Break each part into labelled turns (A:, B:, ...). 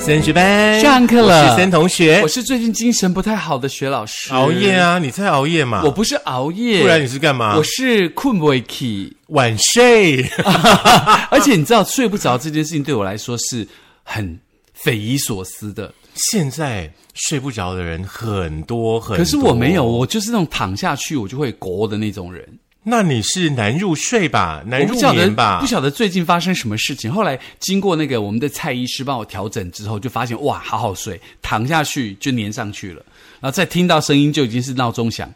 A: 森学班
B: 上课了
A: 我是森同学
B: 我。是最近精神不太好的学老师，
A: 哎熬夜。啊，你在熬夜嘛？
B: 我不是熬夜，
A: 不然你是啊干嘛
B: 我是困不起，
A: 晚睡。 啊
B: 而且你知道睡不着这件事情对我来说是很匪夷所思的。
A: 现在睡不着的人很多很多，
B: 可是我没有，。我就是那种躺下去我就会国的那种人。
A: 那你是难入睡吧？难
B: 我
A: 哎入
B: 不晓得
A: 眠吧
B: 不？晓得最近发生什么事情。后来经过那个我们的蔡医师帮我调整之后，就发现哇，好好睡，躺下去就粘上去了。然后再听到声音就已经是闹钟响，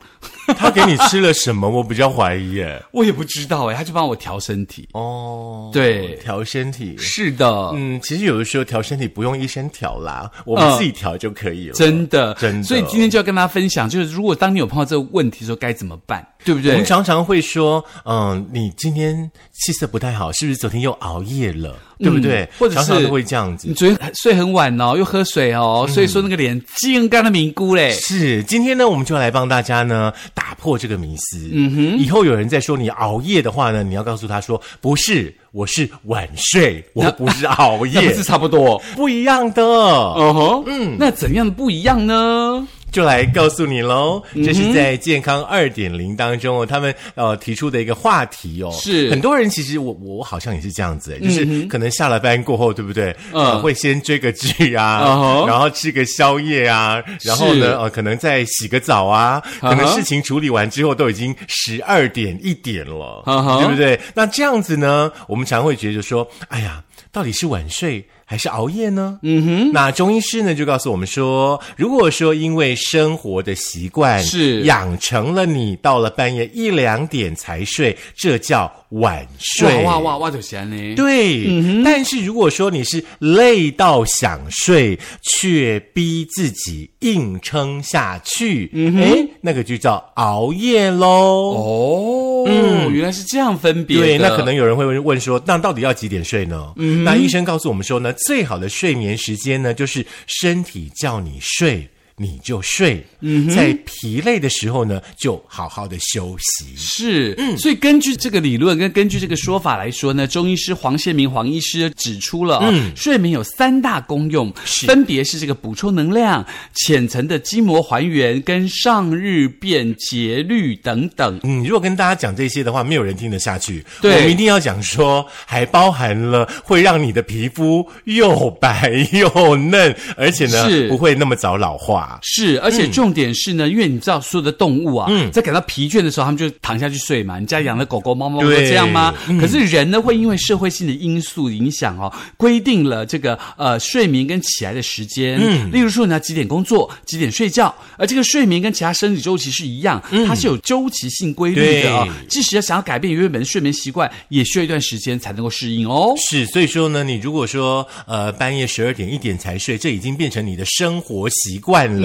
A: 他给你吃了什么？我比较怀疑 耶。
B: 我也不知道哎、他就帮我调身体。
A: 哦，
B: 对
A: 调身体。
B: 是的，
A: 嗯，其实有的时候调身体不用医生调啦，我们
B: 嗯
A: 自己调就可以了。
B: 真的，
A: 真的
B: 所以今天就要跟大家分享，就是如果当你有碰到这个问题的时候该怎么办，对不
A: 我
B: 对
A: 们？常常会说，嗯，你今天气色不太好，是不是昨天又熬夜了？对不对？
B: 嗯或者是嗯
A: 常常都会这样
B: 你
A: 子。
B: 昨天睡很晚哦，又喝水哦，所以说那个脸净干的名姑嘞。
A: 是，今天呢，我们就来帮大家呢打破这个迷思。嗯哼，以后有人在说你熬夜的话呢，你要告诉他说，不是，我是晚睡，我不是熬
B: 那不
A: 夜
B: 是，差不多？
A: 不一样的。
B: 哦吼，嗯，那怎样不一样呢？
A: 就来告诉你喽，
B: 嗯
A: 这是在健康二点零当中哦，他们呃提出的一个话题哦，
B: 是
A: 很多人其实我我好像也是这样子，就是可能下了班过后，对不对？
B: 嗯
A: 呃，会先追个剧
B: 嗯
A: 啊，
B: 哼
A: 然后吃个宵夜啊，然后
B: 是
A: 呢呃，可能再洗个澡啊，可能
B: 嗯哼
A: 事情处理完之后都已经十二点一点了，
B: 嗯哼
A: 对不对？那这样子呢，我们常会觉得说，哎呀，到底是晚睡还是熬夜呢？嗯哼，那中医师呢就告诉我们说，如果说因为生活的习惯
B: 是
A: 养成了你到了半夜一两点才睡，这叫晚睡。
B: 哇哇嗯哇哇，就闲嘞。
A: 对，但是如果说你是累到想睡，却逼自己硬撑下去，诶，那个就叫熬夜喽。
B: 嗯哦，原来是这样分别的。嗯
A: 对，那可能有人会问说，那到底要几点睡呢？那医生告诉我们说呢，最好的睡眠时间呢，就是身体叫你睡。你就睡，
B: 嗯
A: 在疲累的时候呢，就好好的休息。
B: 是，所以根据这个理论跟根据这个说法来说呢，中医师黄宪明黄医师指出了、哦，睡眠有三大功用，分别是这个补充能量、浅层的筋膜还原跟上日变节律等等。
A: 嗯，如果跟大家讲这些的话，没有人听得下去。
B: 对
A: 我们一定要讲说，还包含了会让你的皮肤又白又嫩，而且呢，
B: 是
A: 不会那么早老化。
B: 是，
A: 嗯
B: 而且重点是呢，因为你知道所有的动物啊，在感到疲倦的时候，它们就躺下去睡嘛。你家养的狗狗、猫猫不都
A: 对嗯
B: 这样吗？可是人呢，会因为社会性的因素影响哦，规定了这个呃睡眠跟起来的时间。
A: 嗯
B: 例如说你要几点工作，几点睡觉，而这个睡眠跟其他生理周期是一样，它是有周期性规律的哦
A: 嗯对。
B: 即使要想要改变原本的睡眠习惯，也需要一段时间才能够适应哦。
A: 是，所以说呢，你如果说呃半夜十二点一点才睡，这已经变成你的生活习惯了。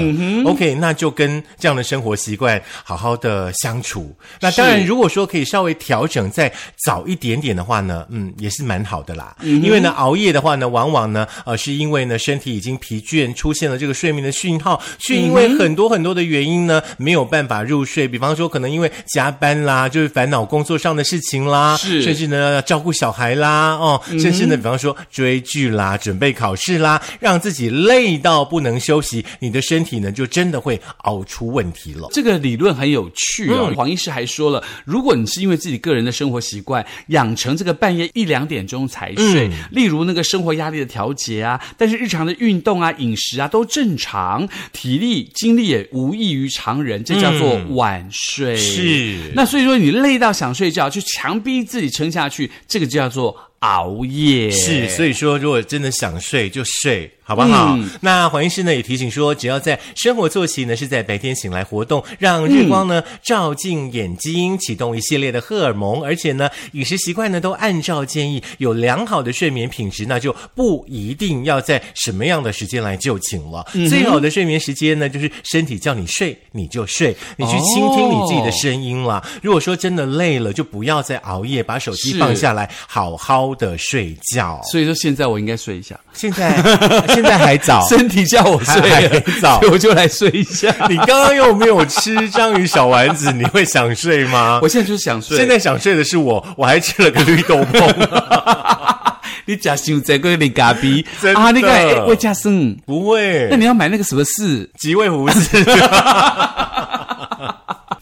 A: OK，那
B: 嗯
A: 就跟这样的生活习惯好好的相处。那当然，
B: 是
A: 如果说可以稍微调整再早一点点的话呢，嗯，也是蛮好的啦。
B: 嗯
A: 因为呢，熬夜的话呢，往往呢，呃，是因为呢身体已经疲倦，出现了这个睡眠的讯号，是因
B: 嗯
A: 为很多很多的原因呢没有办法入睡。比方说，可能因为加班啦，就是烦恼工作上的事情啦，
B: 是
A: 甚至。甚至呢照顾小孩啦，哦，甚至呢，比方说追剧啦、准备考试啦，让自己累到不能休息，你的身体呢就真的会熬出问题了。
B: 这个理论很有趣哦。
A: 嗯
B: 黄医师还说了，如果你是因为自己个人的生活习惯养成这个半夜一两点钟才睡，
A: 嗯
B: 例如那个生活压力的调节啊，但是日常的运动啊、饮食啊都正常，体力、精力也无异于常人，这叫做晚睡。
A: 嗯是
B: 那所以说你累到想睡觉，就强逼自己撑下去，这个就叫做熬夜。
A: 是，所以说，如果真的想睡就睡，好不好？那黄医师呢也提醒说，只要在生活作息呢是在白天醒来活动，让日光呢、照进眼睛，启动一系列的荷尔蒙，而且呢饮食习惯呢都按照建议，有良好的睡眠品质，那就不一定要在什么样的时间来就寝了。最好的睡眠时间呢，就是身体叫你睡你就睡，你去倾听你自己的声音啦。如果说真的累了，就不要再熬夜，把手机
B: 是
A: 放下来，好好的睡觉。
B: 所以说现在我应该睡一下，
A: 现在 现在还早。
B: 身体叫我睡
A: 还
B: 了
A: 还早
B: 所以我就来睡一下。
A: 你刚刚又没有吃章鱼小丸子，你会想睡吗
B: 我？现在就是想睡。
A: 现在想睡的是我，我还吃了个绿豆椪。
B: 你假想在个你咖逼
A: 真的
B: 啊，你个会加生，
A: 不会
B: 那，你要买那个什么事？
A: 几位胡子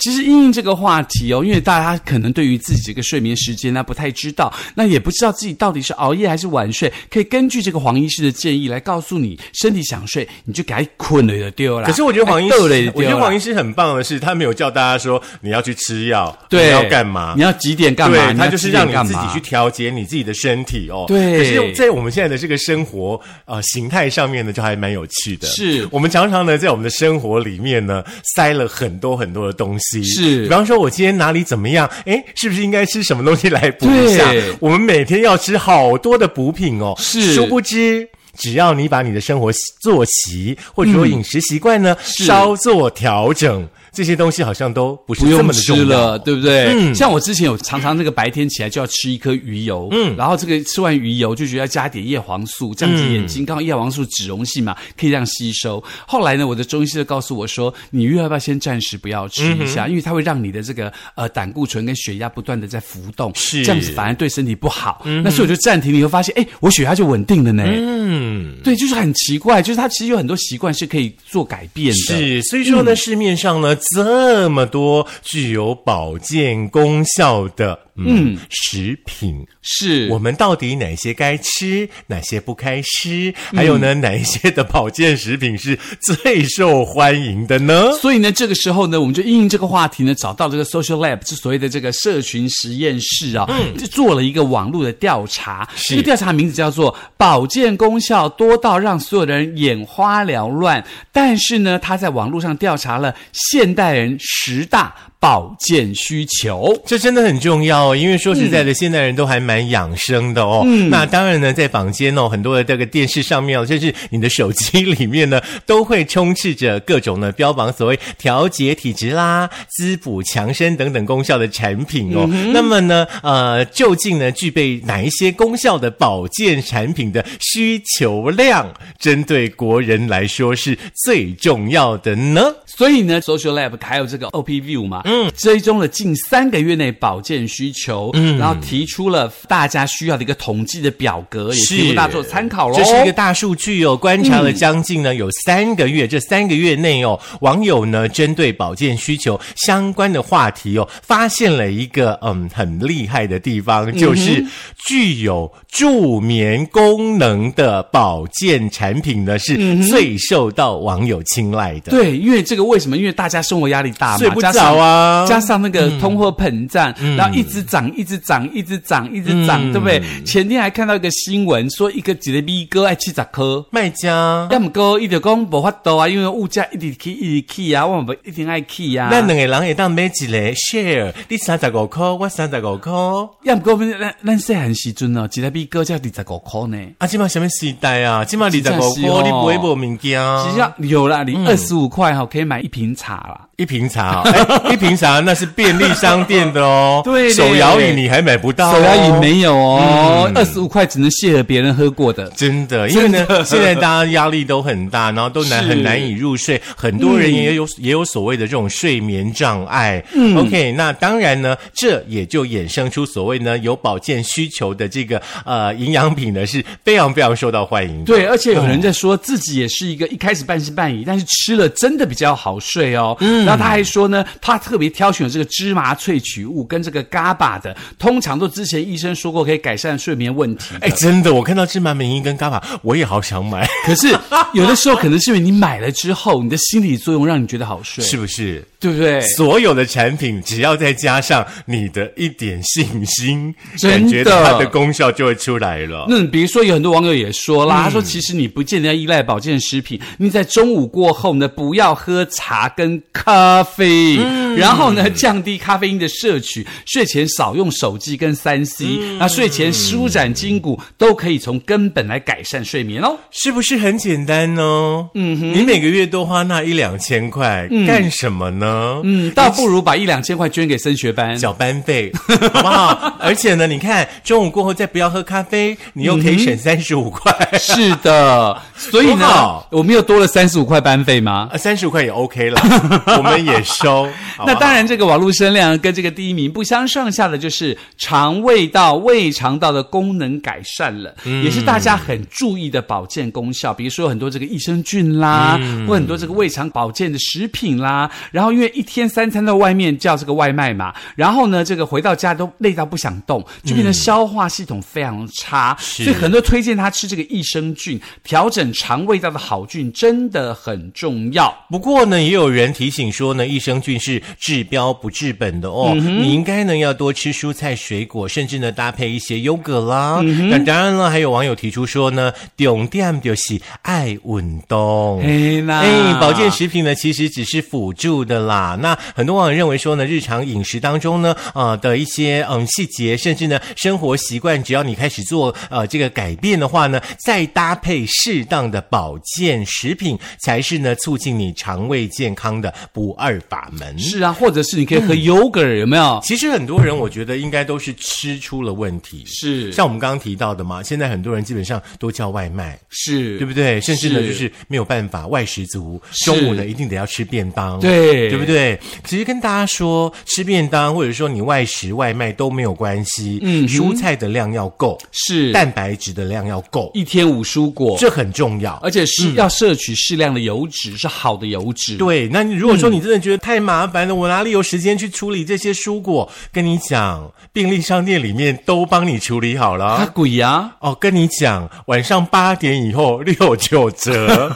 B: 其实因应这个话题哦，因为大家可能对于自己这个睡眠时间啊呢、不太知道，那也不知道自己到底是熬夜还是晚睡，可以根据这个黄医师的建议来告诉你，身体想睡你就给他困了就丢了。
A: 可是我觉得黄医
B: 哎逗了就
A: 师，
B: 对
A: 我觉得
B: 了
A: 黄医师很棒的是，他没有叫大家说你要去吃药，
B: 对
A: 你要干嘛
B: 你。要几点干嘛？
A: 对，
B: 你
A: 他
B: 要
A: 就是
B: 几点
A: 让你
B: 干
A: 自己
B: 嘛
A: 去调节你自己的身体哦。
B: 对
A: 可是在我们现在的这个生活呃形态上面呢，就还蛮有趣的。
B: 是
A: 我们常常呢，在我们的生活里面呢，塞了很多很多的东西。
B: 是
A: 比方说我今天哪里怎么样，哎，是不是应该吃什么东西来补一下
B: 对？
A: 我们每天要吃好多的补品哦。
B: 是
A: 殊不知。只要你把你的生活习作息或者说
B: 嗯
A: 饮食习惯呢、稍作调整，这些东西好像都不是
B: 不
A: 这
B: 用
A: 么的重
B: 吃
A: 要。嗯
B: 了，对不对？像我之前有常常那个白天起来就要吃一颗鱼油，嗯，然后这个吃完鱼油就觉得要加点叶黄素，这样子眼睛刚好叶黄素脂溶性嘛，可以让吸收。后来呢，我的中医师就告诉我说，你月要不要先暂时不要吃一
A: 嗯
B: 下，因为它会让你的这个呃胆固醇跟血压不断的在浮动，
A: 是
B: 这样子反而对身体不好。那所以我就暂停了以后发现，哎，我血压就稳定了呢。
A: 嗯。
B: 对，就是很奇怪，就是它其实有很多习惯是可以做改变的。嗯
A: 是，所以说呢，市面上呢这么多具有保健功效的嗯食品，
B: 是，
A: 我们到底哪些该吃，哪些不该吃？还有
B: 嗯
A: 呢，哪一些的保健食品是最受欢迎的呢？
B: 所以呢，这个时候呢，我们就因应这个话题呢，找到这个 social lab，就所谓的这个社群实验室啊，就做了一个网络的调查。
A: 嗯是
B: 这个调查名字叫做“保健功效多到让所有的人眼花缭乱”，但是呢，他在网络上调查了现代人十大保健需求。
A: 这真的很重要哦，因为说实在的，现代人都还蛮养生的哦。那当然呢，在坊间哦，很多的这个电视上面哦，甚至你的手机里面呢，都会充斥着各种呢标榜所谓调节体质啦、滋补强身等等功效的产品哦。那么呢，呃，究竟呢具备哪一些功效的保健产品的需求量，针对国人来说是最重要的呢？
B: 所以呢，social lab 还有这个 OPView 嘛，嗯，追踪了近三个月内保健需求，嗯，然后提出了大家需要的一个统计的表格，也
A: 是
B: 提供大家做参考喽。
A: 这是一个大数据哦，观察了将近呢有三个月，这三个月内哦，网友呢针对保健需求相关的话题哦，发现了一个嗯很厉害的地
B: 嗯
A: 方，就是具有助眠功能的保健产品呢是最受到网友青睐的。
B: 嗯对，因为这个为什么？因为大家生活压力大嘛，
A: 睡不
B: 加
A: 着
B: 上
A: 啊
B: 加上那个通货膨胀，然后一直涨，一直涨，一直涨，一直涨，对不对？前天还看到一个新闻，说一个几个 B 哥爱七十颗。
A: 卖家。
B: 要么哥一直讲无法度啊，因为物价一直起，一直起啊，我们一定爱起啊。
A: 那两个人也当买一个 share，你三十五块，我三十五块，
B: 要么哥我们咱咱细汉时阵哦，一个米哥才二十五块呢。
A: 啊，今嘛什么时代啊？今嘛二十
B: 真
A: 五
B: 的
A: 块，
B: 是
A: 你
B: 哦
A: 不会无物件啊？
B: 其实要有啦，你二十五块哈可以买一瓶茶啦。
A: 一瓶茶、哦，哎，一瓶茶 那是便利商店的哦。
B: 对嘞
A: 手摇椅你还买不到、哦，
B: 手摇饮。没有哦，二十五块只能谢了别人喝过的。
A: 真的，因为呢，现在大家压力都很大，然后都难
B: 是嗯
A: 很难以入睡，很多人也有、也有所谓的这种睡眠障碍。OK，那当然呢，这也就衍生出所谓呢有保健需求的这个呃营养品呢是非常非常受到欢迎的。
B: 对，而且有人在说自己也是一个一开始半信半疑，但是吃了真的比较好睡哦。嗯，然后他还说呢，他特别挑选了这个芝麻萃取物跟这个 GABA 的，通常都之前医生说过可以改善睡眠问题。
A: 哎，真的，我看到芝麻明一跟伽马，我也好想买，
B: 可是有的时候可能是因为你买了之后，你的心理作用让你觉得好睡，
A: 是不是？
B: 对不对？
A: 所有的产品，只要再加上你的一点信心，
B: 真的
A: 感觉它的功效就会出来了。
B: 那比如说，有很多网友也说
A: 嗯
B: 啦，他说其实你不见得要依赖保健食品，你在中午过后呢，不要喝茶跟咖啡，
A: 嗯
B: 然后呢，降低咖啡因的摄取，睡前少用手机跟三 C，、那
A: 嗯
B: 睡前舒展筋骨都可以从根本来改善睡眠哦。
A: 是不是很简单呢？嗯哼，你每个月多花那一两千块、干什么呢？嗯。
B: 嗯，倒不如把一两千块捐给升学班。
A: 小班费， 好不好？而且呢，你看中午过后再不要喝咖啡，你又可以省三十五 块，
B: 是 的，所以
A: 多
B: 呢
A: 好，
B: 我们又多了三十五块班费吗？
A: 三十五块也 OK 啦。我们们也 收。好啊不
B: 那
A: 好
B: 当然，这个网络声量跟这个第一名不相上下的，就是肠胃道、胃肠道的功能改善了，也是大家很注意的保健功效。比如说有很多这个益生菌啦，或很多这个胃肠保健的食品啦。然后因为一天三餐到外面叫这个外卖嘛，然后呢，这个回到家都累到不想动，就变成消化系统非常差，
A: 是
B: 所以很多推荐他吃这个益生菌，调整肠胃道的好菌真的很重要。
A: 不过呢，也有人提醒说呢，益生菌是治标不治本的哦。你应该呢要多吃蔬菜水果，甚至呢搭配一些优格啦。那、当然了，还有网友提出说呢，重点就是爱运动。
B: 哎那
A: 哎，保健食品呢，其实只是辅助的啦。那很多网友认为说呢，日常饮食当中呢，呃的一些嗯细节，甚至呢生活习惯，只要你开始做呃这个改变的话呢，再搭配适当的保健食品，才是呢促进你肠胃健康的不二法门。
B: 是啊，或者是你可以
A: 嗯
B: 喝 yogurt，、有没有？
A: 其实很多人，我觉得应该都是吃出了问题。
B: 是
A: 像我们刚刚提到的嘛，现在很多人基本上都叫外卖，
B: 是，
A: 对不对？甚至呢，
B: 是
A: 就是没有办法外食族，
B: 是
A: 中午呢一定得要吃便当，
B: 对
A: 对不对？其实跟大家说，吃便当或者说你外食外卖都没有关系，嗯，蔬菜的量要够，
B: 是，
A: 蛋白质的量要够，
B: 一呃天五蔬果，
A: 这很重要。
B: 而且是要摄取适量的油脂，是好的油脂。，
A: 对，那你如果
B: 嗯
A: 说你真的觉得太麻烦了，我哪里有时间去处理这些蔬果？跟你讲，便利商店里面都帮你处理好
B: 啊
A: 了。
B: 鬼呀、
A: 哦，跟你讲，晚上八点以后六九 折，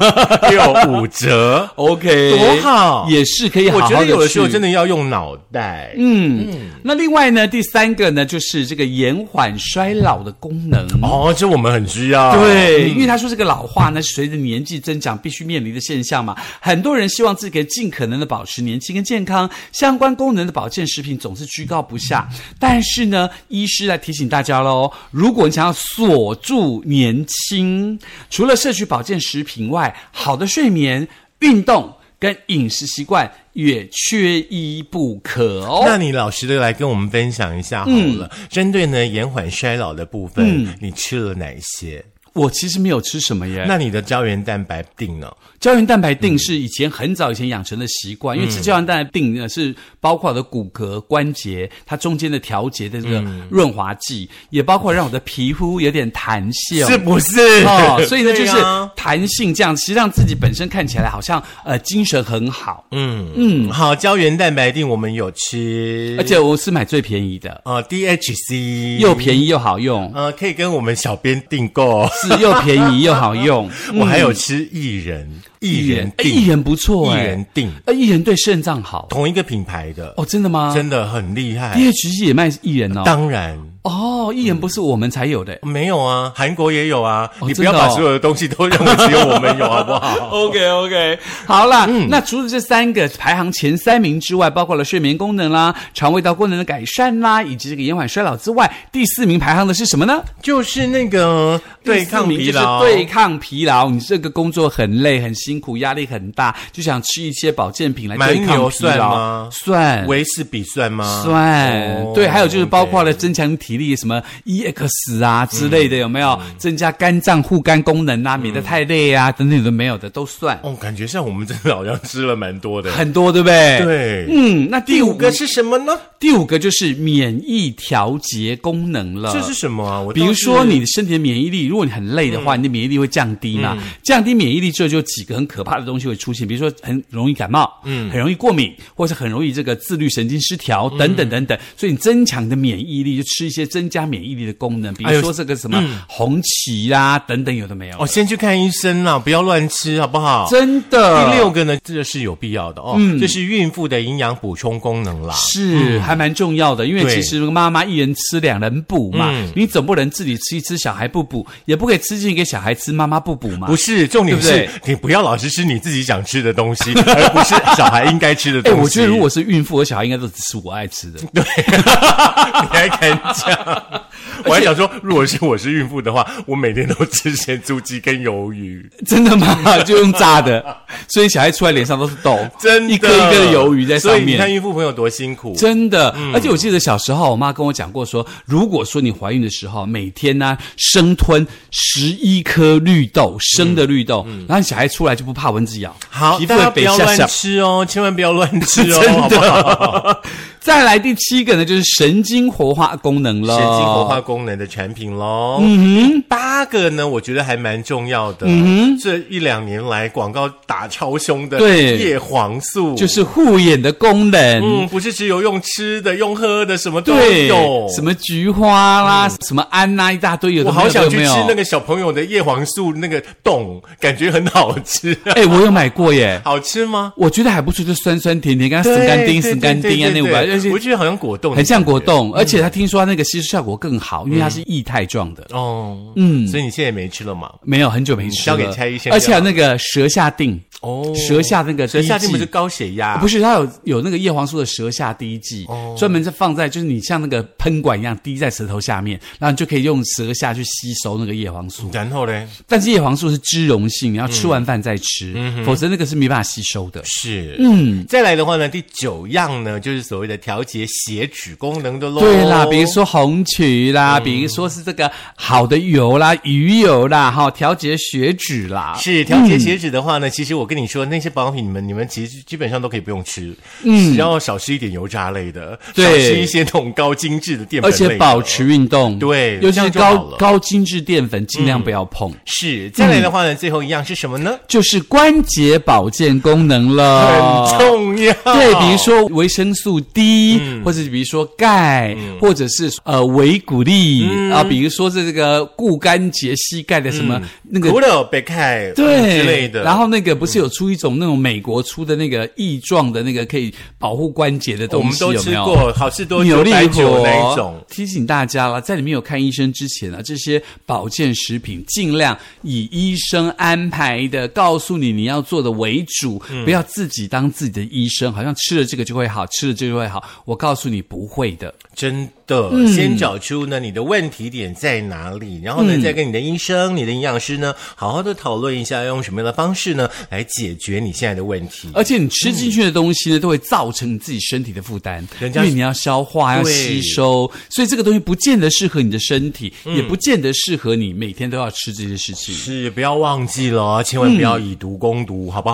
A: 六五折。
B: o k
A: 多好
B: 也是可以好
A: 我
B: 好
A: 觉得有的时候
B: 去
A: 真的要用脑袋。
B: 嗯，那另外呢，第三个呢，就是这个延缓衰老的功能。
A: 哦，这我们很需要。嗯
B: 对，啊嗯因为他说这个老化呢，是随着年纪增长必须面临的现象嘛。很多人希望自己可以尽可能的保持年轻跟健康，相关功能的保健食品总是居高不下。但是呢，医师来提醒大家喽，如果你想要锁住年轻，除了摄取保健食品外，好的睡眠、运动跟饮食习惯也缺一不可哦。
A: 那你老实的来跟我们分享一下好了，
B: 嗯
A: 针对呢延缓衰老的部分，你吃了哪些？
B: 我其实没有吃什么耶。
A: 那你的胶原蛋白定哦了，
B: 胶原蛋白
A: 嗯
B: 定是以前很早以前养成的习惯，因为吃胶原蛋白定呢是包括我的骨骼、关节，它中间的调节的这个
A: 嗯
B: 润滑剂，也包括让我的皮肤有点弹性。
A: 是不是？
B: 哦， 所以呢，就
A: 对
B: 是
A: 啊
B: 弹性这样，其实让自己本身看起来好像呃精神很好，
A: 嗯嗯，好，胶原蛋白定我们有吃，
B: 而且我是买最便宜的，
A: 呃 DHC
B: 又便宜又好 用，
A: 呃可以跟我们小编订购。
B: 是又便宜又好用。
A: 我还有吃薏仁，薏仁
B: 哎
A: 定，
B: 嗯薏仁不错哎，
A: 薏仁定，
B: 呃薏仁对肾脏好
A: 同一个品牌的，
B: 哦，真的吗？
A: 真的很厉害。
B: DHC 也卖薏仁哦。
A: 当然
B: 哦，薏仁不是我们才 有的。
A: 没有啊，韩国也有啊，
B: 哦
A: 你不要
B: 真的哦
A: 把所有的东西都认为只有我 们有，好不好？
B: OK OK，好啦，
A: 嗯
B: 那除了这三个排行前三名之外，包括了睡眠功能啦、肠胃道功能的改善啦，以及这个延缓衰老之外，第四名排行的是什么呢？
A: 就是那个对抗疲劳，
B: 第四名就是对抗疲劳。你这个工作很累、很辛苦、压力很大，就想吃一些保健品来对
A: 蛮
B: 抗
A: 牛
B: 疲劳。
A: 算吗
B: 算
A: 维氏比算吗？
B: 算、
A: 哦
B: 啊对，还有就是包括
A: OK
B: 了增强体力，什么 EX 啊之类
A: 嗯
B: 的，有没有增加肝脏护肝功能啊，免得太累啊，等等有的没有的都算，
A: 哦，感觉像我们真的好像吃了蛮多的。
B: 很多，对不对？。
A: 对，
B: 嗯，那第
A: 第
B: 五
A: 五
B: 个
A: 个是什么呢？
B: 第五个就是免疫调节功能了。
A: 这是什么啊？我
B: 嗯比如
A: 倒是嗯
B: 说你的身体的免疫力，如果你很累的话，你的免疫力会降低嘛。降低免疫力之后，就有几个很可怕的东西会出现，比如说很容易感冒，嗯，很容易过敏，或是很容易这个自律神经失调
A: 嗯
B: 等等等等。所以你增强你的免疫力，就吃一些增加免疫力的功能，比
A: 哎呦
B: 如说这个什么红旗啦、等等，有的没有的。
A: 哦，先去看医生啦，不要乱吃，好不好？
B: 真的。嗯
A: 第六个呢，这是有必要的哦，这是孕妇的营养补充功能啦。
B: 是、还蛮重要的，因为
A: 嗯对
B: 其实妈妈一人吃两人补嘛，
A: 嗯
B: 你总不能自己吃一吃小孩不补，也不可以吃进给小孩吃妈妈不补嘛
A: 不。是，重点
B: 对
A: 是
B: 不
A: 啊你不要老是吃你自己想吃的东西， 而不是小孩应该吃的
B: 哎、
A: 东西。
B: 我觉得如果是孕妇，我小孩应该都只吃我爱吃的。
A: 你还敢 讲？我还想说，如果是我是孕妇的话， 我每天都吃咸猪鸡跟鱿鱼。
B: 真的吗？ 就用炸的，所以小孩出来脸上都是痘，
A: 真的
B: 一颗一颗的鱿鱼在上
A: 所以你看嗯
B: 面。
A: 孕妇朋友多辛苦，
B: 真的，而且我记得小时候，我妈跟我讲过说，如果说你怀孕的时候，每天呢、生吞十一颗绿豆，生的绿豆，然后小孩出来来就不怕蚊子咬。
A: 嗯好，
B: 皮肤
A: 大
B: 会
A: 家不
B: 被
A: 要
B: 吓
A: 乱
B: 吓。
A: 吃哦，千万不要乱吃
B: 真
A: 哦，
B: 的
A: 好不好？
B: 再来第七个呢，就是神经活化功能了。
A: 神经活化功能的产品喽。嗯哼，八个呢，我觉得还蛮重要的。嗯哼，这一两年来广告打超凶的，
B: 对
A: 叶黄素
B: 就是护眼的功能。
A: 嗯，不是只有用吃的、用喝的，什么都
B: 对
A: 有，。嗯
B: 什么菊花啦，什么安啦，一大堆有的
A: 我
B: 没有
A: 好想
B: 有
A: 去
B: 没有
A: 吃那个小朋友的叶黄素那个冻，感觉很好 吃，
B: 哎、我有买过耶，
A: 好吃吗？
B: 我觉得还不错，就酸酸甜甜，跟它死干丁、死干丁啊那种吧，而
A: 对嗯
B: 且
A: 我觉得好像果冻，
B: 很像果冻，而且它听说它那个吸收效果更好，因为它
A: 嗯
B: 是液态状的。
A: 哦，嗯，所以你现在也没吃了嘛？
B: 没有很久没吃
A: 嗯交
B: 了，
A: 给蔡医生
B: 而且还有那个舌下定，
A: 哦，
B: 舌下那个
A: 舌下
B: 滴
A: 定
B: 剂
A: 不是高血压，
B: 啊不是它有有那个叶黄素的舌下滴剂，
A: 哦
B: 专门是放在就是你像那个喷管一样滴在舌头下面，然后你就可以用舌下去吸收那个叶黄素。
A: 然后嘞，
B: 但是叶黄素是脂溶
A: 嗯
B: 性，你要吃完饭再吃，否则那个是没办法吸收的。
A: 是，嗯，再来的话呢，第九样呢，就是所谓的调节血脂功能的喽。
B: 对啦，比如说红曲啦，
A: 嗯
B: 比如说是这个好的油啦、鱼油啦，哈，调节血脂啦。
A: 是调
B: 嗯
A: 节血脂的话呢，其实我跟你说，那些保养品你们你们其实基本上都可以不用吃，嗯，只要少吃一点油炸类的，
B: 对
A: 少吃一些那种高精致的淀粉
B: 而
A: 类的，
B: 且保持运动，
A: 对
B: 尤
A: 这
B: 其是
A: 样就好
B: 高
A: 了嗯
B: 高精致淀粉，尽量不要碰，
A: 是。再来的话
B: 嗯
A: 呢，最后一样是什么呢？
B: 就是关节保健功能了，
A: 很重要，
B: 啊对，比如说维生素 D，、或
A: 嗯
B: 者比如说钙，或者是呃维骨力、
A: 嗯
B: 啊，比如说是这个固关节、膝盖的什么、那个
A: 除了贝凯
B: 对
A: 嗯之类的，
B: 然后那个不是有出一种那种美国出的那个翼状的那个可以保护关节的
A: 我
B: 东
A: 们
B: 西，
A: 都
B: 有没
A: 吃
B: 有？
A: 过，好事多
B: 扭
A: 九
B: 力
A: 百九
B: 活
A: 那一种。
B: 提醒大家了，在你没有看医生之前啊，这些保健食品尽量以医生安排的、告诉你你要做的为主，
A: 嗯
B: 不要自己当自己的医生，好像吃了这个就会好，吃了这个就会好。我告诉你，不会
A: 嗯
B: 的。
A: 真的，
B: 嗯
A: 先找出呢你的问题点在哪里，然后呢，
B: 嗯
A: 再跟你的医生、你的营养师呢，好好的讨论一下，用什么样的方式呢来解决你现在的问题。
B: 而且你吃进去的东西呢，都会造成你自己身体的负担，
A: 人家
B: 因为你要消化、要
A: 对嗯
B: 吸收，所以这个东西不见得适合你的身体，也不见得适合你每天都要吃这些事情。
A: 是，不要忘记了哦，千万不要以毒攻毒，好不
B: 哦，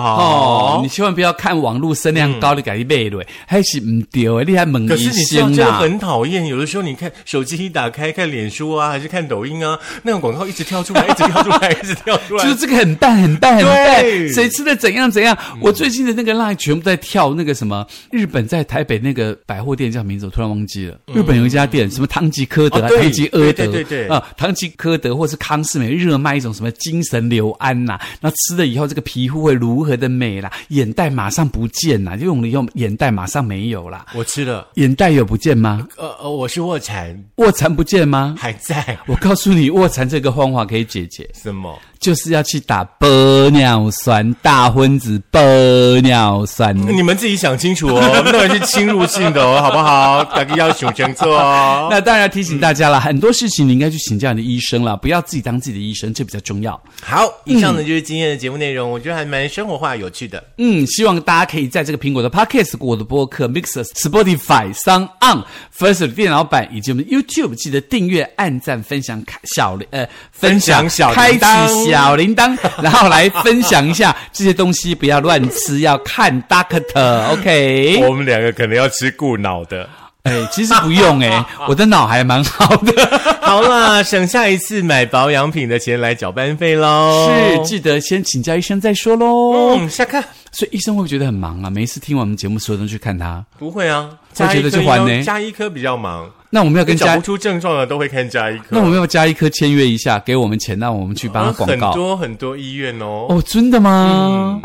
A: 好？
B: 你千万不要看网络声量高的改一倍了，还是唔对的，你还猛
A: 嗯可是
B: 医
A: 你知道
B: 生啊
A: 真的
B: 啦。
A: 很讨厌，有的时候你看手机一打开，看脸书啊，还是看抖音啊，那种广告一直跳出来，一直跳出 来，一直跳出来，
B: 就是这个很淡很淡很
A: 对
B: 淡，谁吃的怎样怎样？
A: 嗯
B: 我最近的那个 line 全部在跳那个什么日本在台北那个百货店叫名字我突然忘记了，日本有一家店什么唐吉诃德、
A: 嗯哦
B: 啊、
A: 对
B: 唐吉诃
A: 对
B: 德、
A: 对对对
B: 啊，唐吉诃德或是康士美热卖一种什么精神硫胺呐、那吃了以后这个皮肤会如何的美啦，眼袋马上不见啦，用了以后眼袋马上没有啦，
A: 我吃了，
B: 眼袋有不见吗？
A: 呃呃，我是卧蚕，
B: 卧蚕不见吗？
A: 还在
B: 我告诉你，卧蚕这个方法可以解决，
A: 什么？
B: 就是要去打玻尿酸，大分子玻尿酸。
A: 你们自己想清楚哦，那个是侵入性的哦，好不 好？大家要想清楚哦。
B: 那当然要提醒大家了，很多事情你应该去请教你的医生了，不要自己当自己的医生，这比较重要。
A: 好，嗯以上呢就是今天的节目内容，我觉得还蛮生活化、有趣的。
B: 嗯，希望大家可以在这个苹果的 Podcast、我的播客、Mixer、Spotify、s o n On、First 电脑版以及我们 YouTube，记得订阅、按赞、分享开小铃呃
A: 分享小
B: 开
A: 铃铛
B: 启小铃铛， 然后来分享一下这些东西，不要乱吃，要看 Doctor。OK，
A: 我们两个可能要吃顾脑的。
B: 哎、其实不用哎、 我的脑还蛮好的。
A: 好啦，省下一次买保养品的钱来缴班费喽。
B: 是，记得先请教医生再说喽。
A: 嗯，下课
B: 所以医生会不会觉得很忙啊？每一次听完我们节目，所有人都去看他。
A: 不会啊，
B: 我
A: 加
B: 觉
A: 一
B: 得
A: 科
B: 是还呢
A: 加一科比较忙，
B: 那我们要跟
A: 找
B: 家
A: 不出症状的都会看加一科。
B: 那我们要加一颗签约一下，给我们钱，让我们去帮他
A: 很
B: 广告。
A: 多很多医院哦。
B: 哦，真的吗？